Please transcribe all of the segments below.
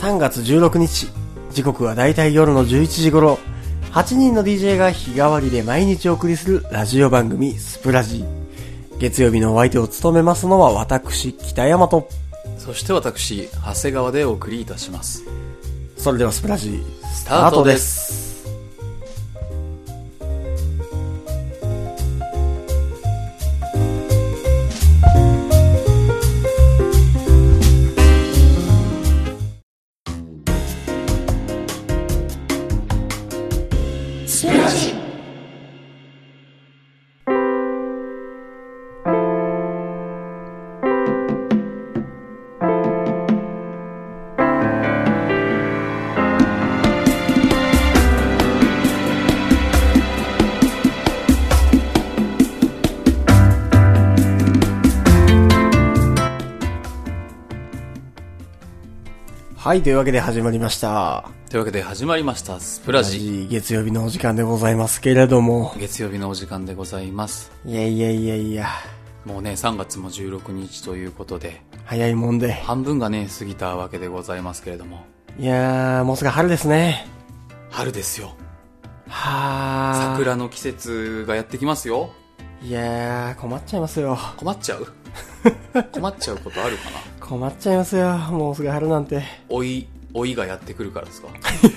3月16日時刻はだいたい夜の11時頃8人の DJ が日替わりで毎日お送りするラジオ番組スプラジ月曜日のお相手を務めますのは私北山とそして私長谷川でお送りいたしますそれではスプラジススタターートトでですはいというわけで始まりましたというわけで始まりましたスプラジ月曜日のお時間でございますけれども月曜日のお時間でございますいやいやいやいやもうね3月も16日ということで早いもんで半分がね過ぎたわけでございますけれどもいやーもうすぐ春ですね春ですよはー桜の季節がやってきますよいやー困っちゃいますよ困っちゃう 困っちゃうことあるかな困っちゃいますよもうすぐ春なんて老い老いがやってくるからですか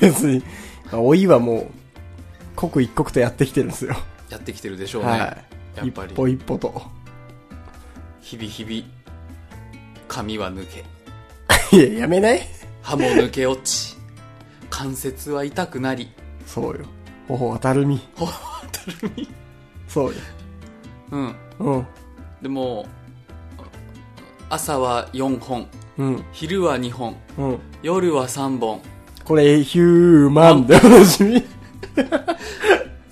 別にまあ老いはもう刻一刻とやってきてるんですよやってきてるでしょうね、はいやっぱり一歩一歩と日々日々髪は抜 けいややめない歯も抜け落ち関節は痛くなりそうよ頬はたるみほたるみそうようんうんでも朝は4本うん昼は2本うん夜は3本これヒューマンでおなじみ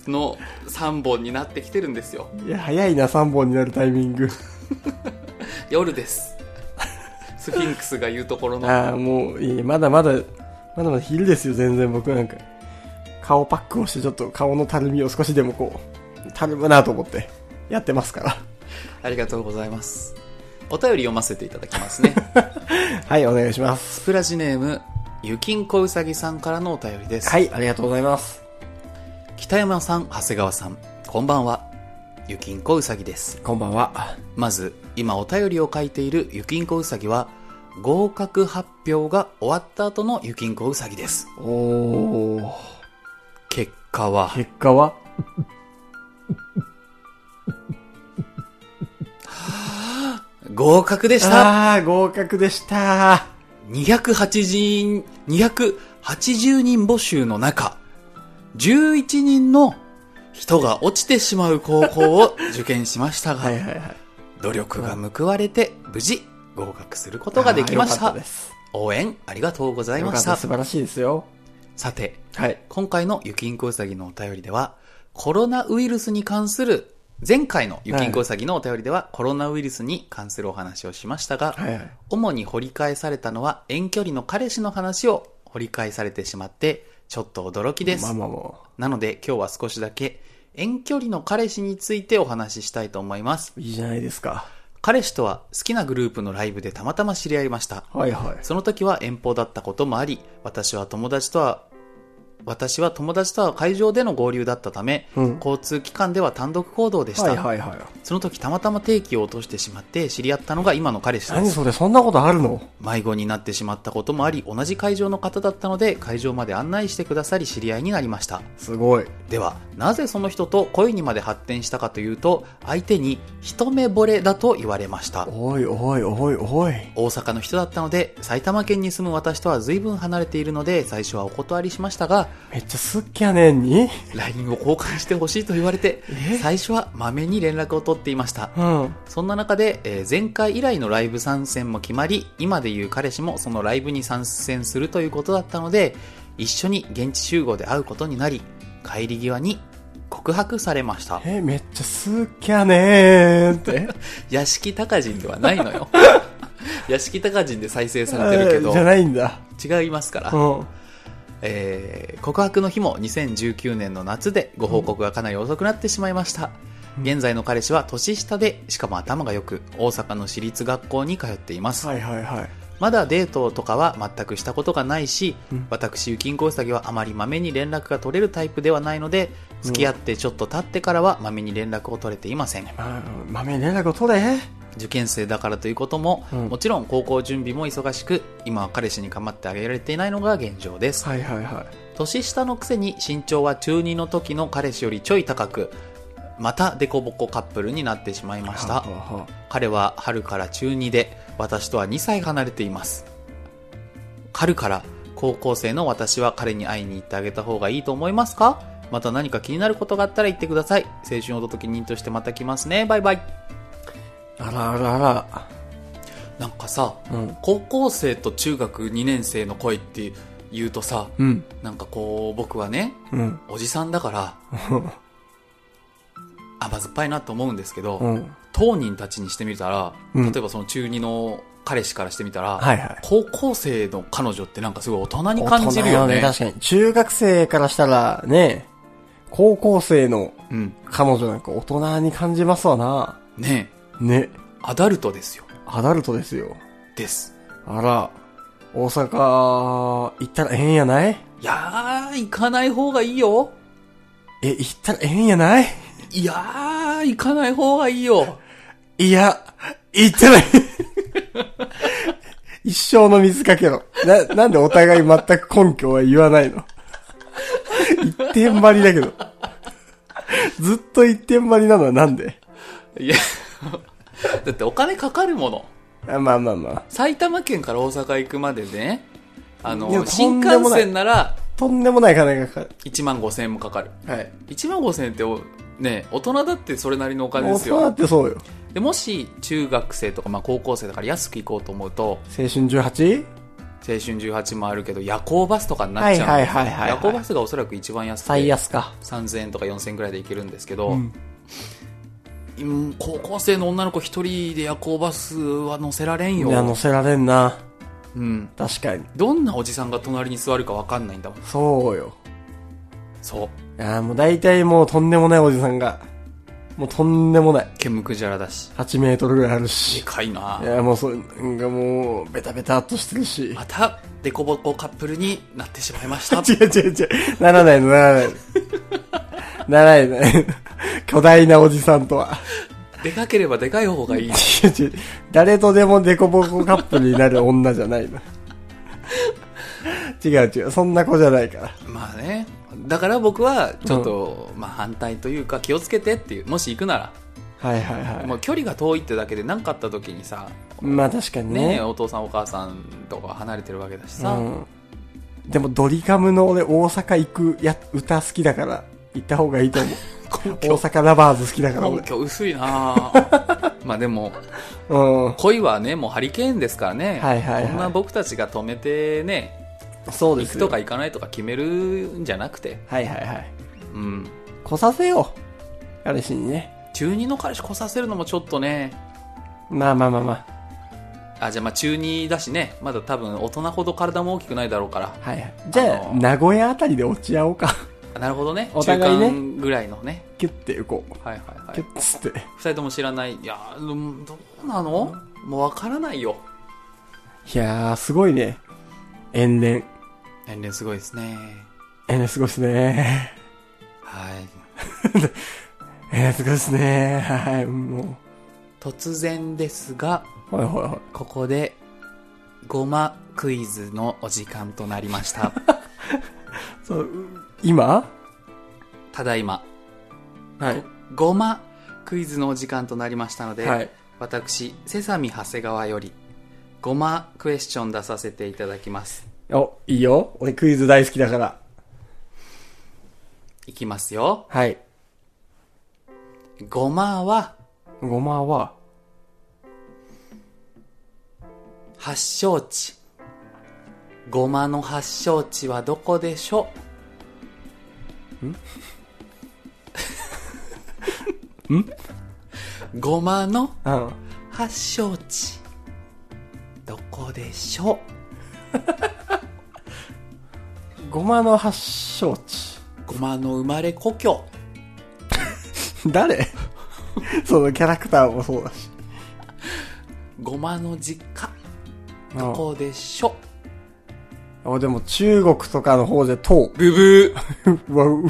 の3本になってきてるんですよいや早いな3本になるタイミング夜です スフィンクスが言うところのああもういいまだまだまだまだ昼ですよ全然僕なんか顔パックをしてちょっと顔のたるみを少しでもこうたるむなと思ってやってますからありがとうございますお便り読ませていただきま すねはいお願いしますスプラジネームゆきんこうさぎさんからのお便りです、はいありがとうございます北山さん長谷川さんこんばんはゆきんこうさぎですこんばんはまず今お便りを書いているゆきんこうさぎは合格発表が終わった後のゆきんこうさぎですおー結果は結果は合格でしたああ合格でした280人280人募集の中11人の人が落ちてしまう高校を受験しましたが、はいはいはい努力が報われて無事合格することができましあーたよかったです応援ありがとうございよまかっしたた素晴らしいですよさてはい今回のゆきんこうさぎのお便りでは、コロナウイルスに関する、前回のゆきんこうさぎのお便りでは、コロナウイルスに関するお話をしましたが、はいはい主に掘り返されたのは遠距離の彼氏の話を掘り返されてしまって、ちょっと驚きです。まあまあまあなので今日は少しだけ遠距離の彼氏についてお話ししたいと思います。いいじゃないですか彼氏とは好きなグループのライブでたまたま知り合いました。はいはいその時は遠方だったこともあり、私は友達とは、私は友達とは会場での合流だったため、うん交通機関では単独行動でした、はいはいはいその時たまたま定期を落としてしまって知り合ったのが今の彼氏で何す。それそんなことあるの迷子になってしまったこともあり、同じ会場の方だったので会場まで案内してくださり知り合いになりました。すごいでは、なぜその人と恋にまで発展したかというと、相手に一目惚れだと言われました。おいおいおいおい大阪の人だったので埼玉県に住む私とは随分離れているので最初はお断りしましたがめっちゃすっきゃねんに LINE を交換してほしいと言われて最初はまめに連絡を取っていましたうんそんな中で、えー前回以来のライブ参戦も決まり今で言う彼氏もそのライブに参戦するということだったので一緒に現地集合で会うことになり帰り際に告白されましたえめっちゃすっきゃねーんって 屋敷隆人ではない のよ屋敷隆人で再生されてるけあーじゃどないんだ違いますからうんえー告白の日も2019年の夏でご報告がかなり遅くなってしまいました、現在の彼氏は年下でしかも頭が良く大阪の私立学校に通っています、はいはいはいまだデートとかは全くしたことがないし、私、ゆきんこうさぎはあまりまめに連絡が取れるタイプではないので、付き合ってちょっと経ってからはまめに連絡を取れていません。まあ、豆連絡を取れ。受験生だからということも、うんもちろん高校準備も忙しく、今は彼氏に構ってあげられていないのが現状です。はいはいは年下のくせに身長は中2の時の彼氏よりちょい高く、またデコボコカップルになってしまいまい。したは。あは彼は春から中2で私とは2歳離れています春から高校生の私は彼に会いに行ってあげた方がいいと思いますかまた何か気になることがあったら言ってください青春お届け人としてまた来ますねバイバイああらあらあなんかさ、ら。うん。高校生と中学2年生の恋って言うとさうん。なんかこう僕はねうん。おじさんだから甘酸っぱいなと思うんですけど、うん。当人たちにしてみたら、うん例えばその中2の彼氏からしてみたら、はいはい。高校生の彼女ってなんかすごい大人に感じるよ大ね。人確かに。中学生からしたら、ね、高校生のうん。彼女なんか大人に感じますわな。ねえね、アダルトですよ。アダルトですよ。です。あら、大阪、行ったらええんやないいやー、行かない方がいいよ。え、行ったらええんやないいやー、行かない方がいいよ。いや、行ったら ええ。一生の水かけろ。な、なんでお互い全く根拠は言わないの一点張りだけど。ずっと一点張りなのはなんでいや、 だってお金かかるもの。あまあまあまあ。埼玉県から大阪行くまでね、あいやの、と新んで幹もない線ならとんでもない金がかかる。 1万5千円もかかる。はい。 1万5千円ってお、ね、大人だってそれなりのお金大です人だよ。ってそうよ。でもし、中学生とか、まあ、高校生だから安く行こうと思うと、青春 18? 青春18もあるけど夜行バスとかになっちゃう、はいはいはいはいはい夜行バスがおそらく一番安く最て安か。 3000円とか4000円ぐらいで行けるんですけど、うんうん高校生の女の子一人で夜行バスは乗せられんいよ、や、乗せられんな。うん、確かに。どんなおじさんが隣に座るか分かんないんだもんそうよ。そういや、もう大体もうとんでもないおじさんが。もうとんでもない。煙くじゃらだし8メートルぐらいあるでし。かいないや、もうそれ、なんかもう、ベタベタっとしてるし。違またデコボコカップルになってしまいましたう違う違う。ならないの、ならないの。ならないの。巨大なおじさんとは。でかければでかい方がいい違う違う。誰とでもデコボコカップルになる女じゃないの。違う違う。そんな子じゃないから。まあねだから僕はちょっと、まあ、反対というか気をつけてっていうもし行くならはいはいはもう距離が遠いってだけで何かあった時にさ、い。まあ確かにねね。お父さんお母さんとか離れてるわけだしうさ、ん。でもドリカムの俺大阪行くや歌好きだから、行った方がいいと思う。根大拠阪ラバーズ好きだから根俺。拠薄い なぁまあでもうん。恋はねもうハリケーンですからね、はいはいはいこんな僕たちが止めてねそうで行すくよとか行かないとか決めるんじゃなくて、はいはいはい。うん、来させよう。彼氏にね。中2の彼氏来させるのもちょっとねまあまあまあまあ。あじゃあまあ中2だしねまだ多分大人ほど体も大きくないだろうからはいはい。じゃあ、あのー名古屋あたりで落ち合おうか。 あなるほどねお互いね中間ぐらいのねキュッて行こう。はいはいはいキュッつって。二人とも知らないいやーうんどうなのもう分からないよいやー、すごいね。遠恋。年齢すごいですね遠恋すごいっすね。はい遠恋すごいっすね。はい、も突然ですがう。はいはいはい。ここでごまクイズのお時間となりました そう、今ただいまはい。ごまクイズのお時間となりましたので、はい。私セサミ長谷川よりごまクエスチョン出させていただきますお、いいよ。俺クイズ大好きだから。いきますよはい。ごまはごまは、発祥地ごまの発祥地はどこでしょうん ごまのうん。発祥地どこでしょごまの発祥地。うごまの生まれ故郷誰 そのキャラクターもそうだし。ごまの実家どこでしょあ、でも中国とかの方で唐。ブブうわ、う、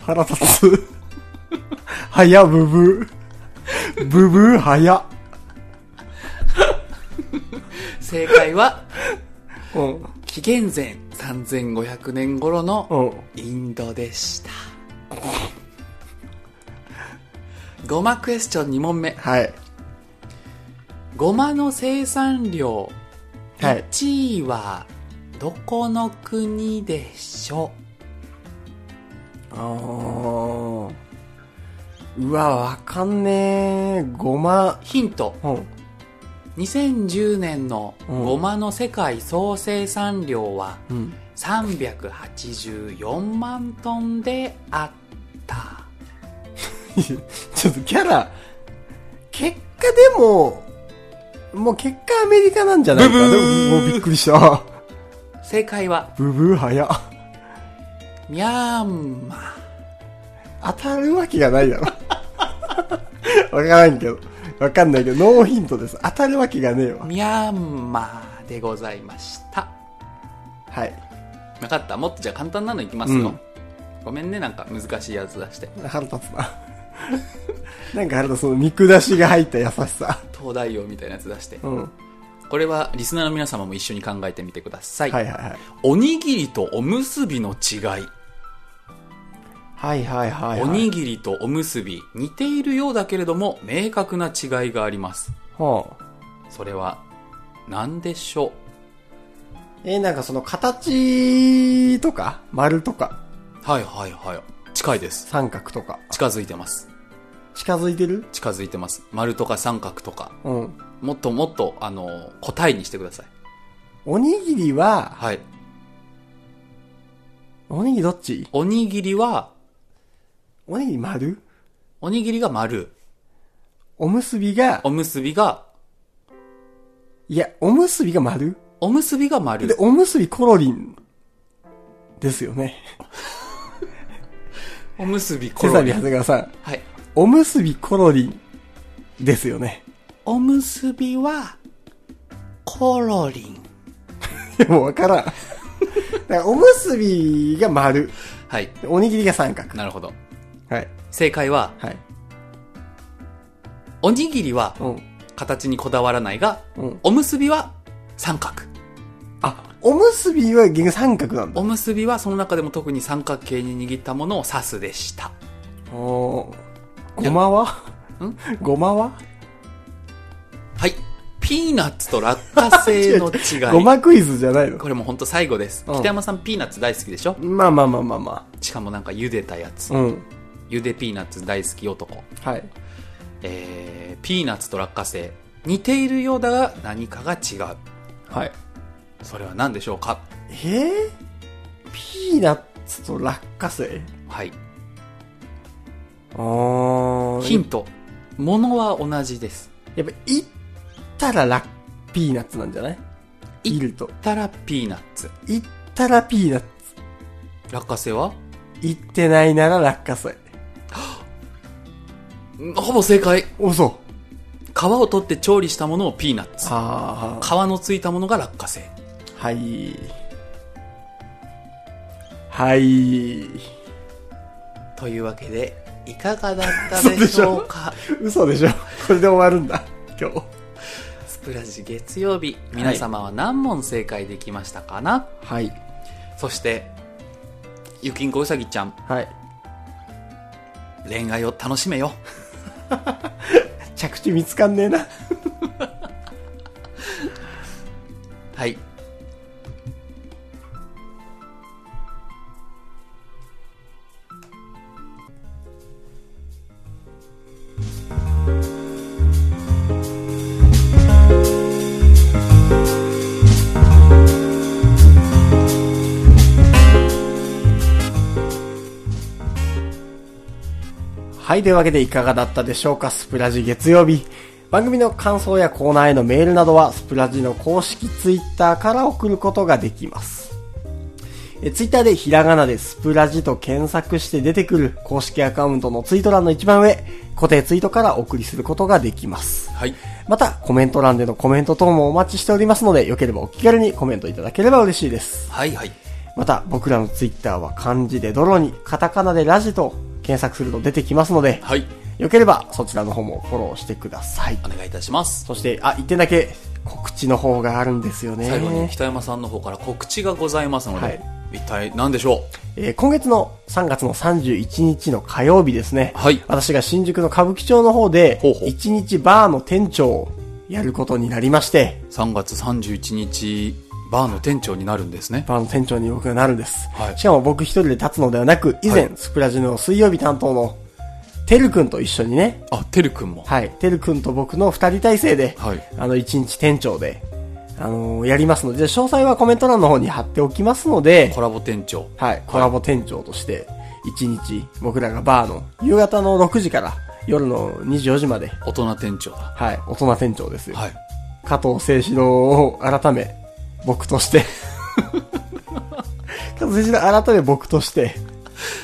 腹立つ。早、ブブー。ブブー、早。ー正解は、うん。紀元前3500年頃のうん。インドでした。ゴマクエスチョン2問目。はい。ゴマの生産量はい。 1位はどこの国でしょあー。うわ、わかんねえ。ごまう。ヒント。うん。 2010年のうんゴマの世界総生産量はうん。 384万トンであった。 ちょっとキャラ、結果でも、もう結果アメリカなんじゃないかブブーでももうびっくりした。正解はブブー早。ミャンマー。当たるわけがないだろ。 わからんけど。わかんないけど、ノーヒントです。当たるわけがねえわ。ミャンマーでございました。はい。分かったもっとじゃあ簡単なのいきますよ。うんごめんね、なんか難しいやつ出して。腹立つな。 なんか腹立つ、その見下しが入った優しさ。東大王みたいなやつ出して。うん。はこれはリスナーの皆様も一緒に考えてみてください。いはいはい。おにぎりとおむすびの違い。はいはいはい、はい。おにぎりとおむすび、似ているようだけれども、明確な違いがあります。はあ、それは、何でしょえーなんかその形とか、丸とか、うはいはいはい。近いです。三角とか、近づいてます。近づいてる近づいてます。丸とか三角とか。うん。もっともっと、あの、答えにしてください。おにぎりは、はい。おにぎりどっちおにぎりは、おにぎり丸おにぎりが丸。おむすびが、おむすびが、いや、おむすびが丸おむすびがで丸。、おむすびコロリン。ですよね。おむすびコセロサリミン長。谷川さん。はい。おむすびコロリン。ですよね。 おむすびは、コロリン。いや、もうわからん。だからおむすびが丸。はい。でおにぎりが三角。なるほど。はい。正解は、はい。おにぎりはうん。形にこだわらないが、うん。おむすびは三角。あ、おむすびは逆に三角なんだお。むすびはその中でも特に三角形に握ったものを指すでした。おーごまはんごまははい。ピーナッツと落花生の ご違い。まクイズじゃないのこれもうほんと最後です。うん北山さんピーナッツ大好きでしょまあまあまあまあましかもなんか茹でたやつあ。。うん。茹でピーナッツ大好き男。はい。えー、ピーナッツと落花生。似ているようだが何かが違う。はい。それは何でしょうかえー、ピーナッツと落花生はい。あーヒント。物は同じです。やっぱ、いったらラピーナッツなんじゃないいると。たらピーナッツ。いったらピーナッ落花生はツ。いってないなら落花生。んほぼ正解。お、そう。皮を取って調理したものをピーナッツ。皮あー。のついたものが落花生。はい。はい。というわけで、いかがだったでしょう か嘘でしょこれで終わるんだ。今日。スプラジ月曜日、皆様は何問正解できましたかな、はい。そして、ゆきんこうさぎちゃん、はい。恋愛を楽しめよ。着地見つかんねえな。はい。はい、というわけでいかがだったでしょうかスプラジ月曜日。番組の感想やコーナーへのメールなどは、スプラジの公式ツイッターから送ることができます。えツイッターでひらがなでスプラジと検索して出てくる公式アカウントのツイート欄の一番上、固定ツイートからお送りすることができます。はい。また、コメント欄でのコメント等もお待ちしておりますので、よければお気軽にコメントいただければ嬉しいです。はいはい。また、僕らのツイッターは漢字で泥に、カタカナでラジと検索すると出てきますので、はい。よければそちらの方もフォローしてくださいお。願いいたします。そして、あ、一点だけ告知の方があるんですよね。最後に北山さんの方から告知がございますので、はい一体何でしょえー今月の3月の31日の火曜日ですね。はい私が新宿の歌舞伎町の方で、ほうほう1日バーの店長をやることになりまして、う ?3 月31日、バーの店長になるんですね。バーの店長に僕がなるんです。はいしかも僕一人で立つのではなく、以前、はいスプラジの水曜日担当の、てるくんと一緒にね、あ、てるくんも。はい、てるくんと僕の二人体制で、はいあの、1日店長で、あのーやりますので、詳細はコメント欄の方に貼っておきますので、コラボ店長。はい、コラボ店長として、一日、僕らがバーの、夕方の6時から夜の24時まで、大人店長だ。はい、大人店長ですよ。はい。加藤清志郎を改め、僕として、 加藤清志郎改め僕として、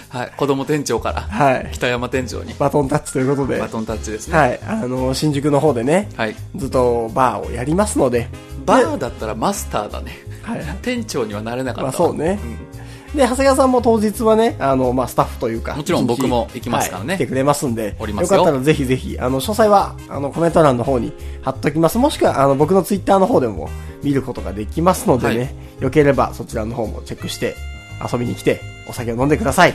はい。子供店長から、はい、北山店長にバトンタッチということで、バトンタッチですね。はい、あの、新宿の方でね、はい。ずっとバーをやりますので、バーだったらマスターだね。はい、店長にはなれなかったまわ。あそうね。んで、長谷川さんも当日はね、あの、まあスタッフというか。もちろん一日僕も行きますからねはい来てくれますんで。おりますよかったらぜひぜひ、あの、詳細は、あの、コメント欄の方に貼っときます。もしくは、あの、僕のツイッターの方でも見ることができますのでね。はいよければそちらの方もチェックして、遊びに来て、お酒を飲んでください。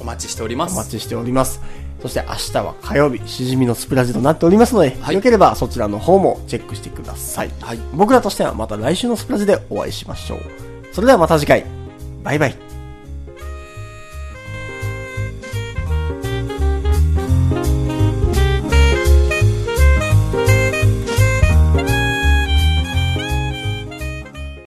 お待ちしておりまおす。待ちしております。そして明日は火曜日、しじみのスプラジとなっておりますので、はいよければそちらの方もチェックしてください。はい。僕らとしてはまた来週のスプラジでお会いしましょう。それではまた次回。バイバイ。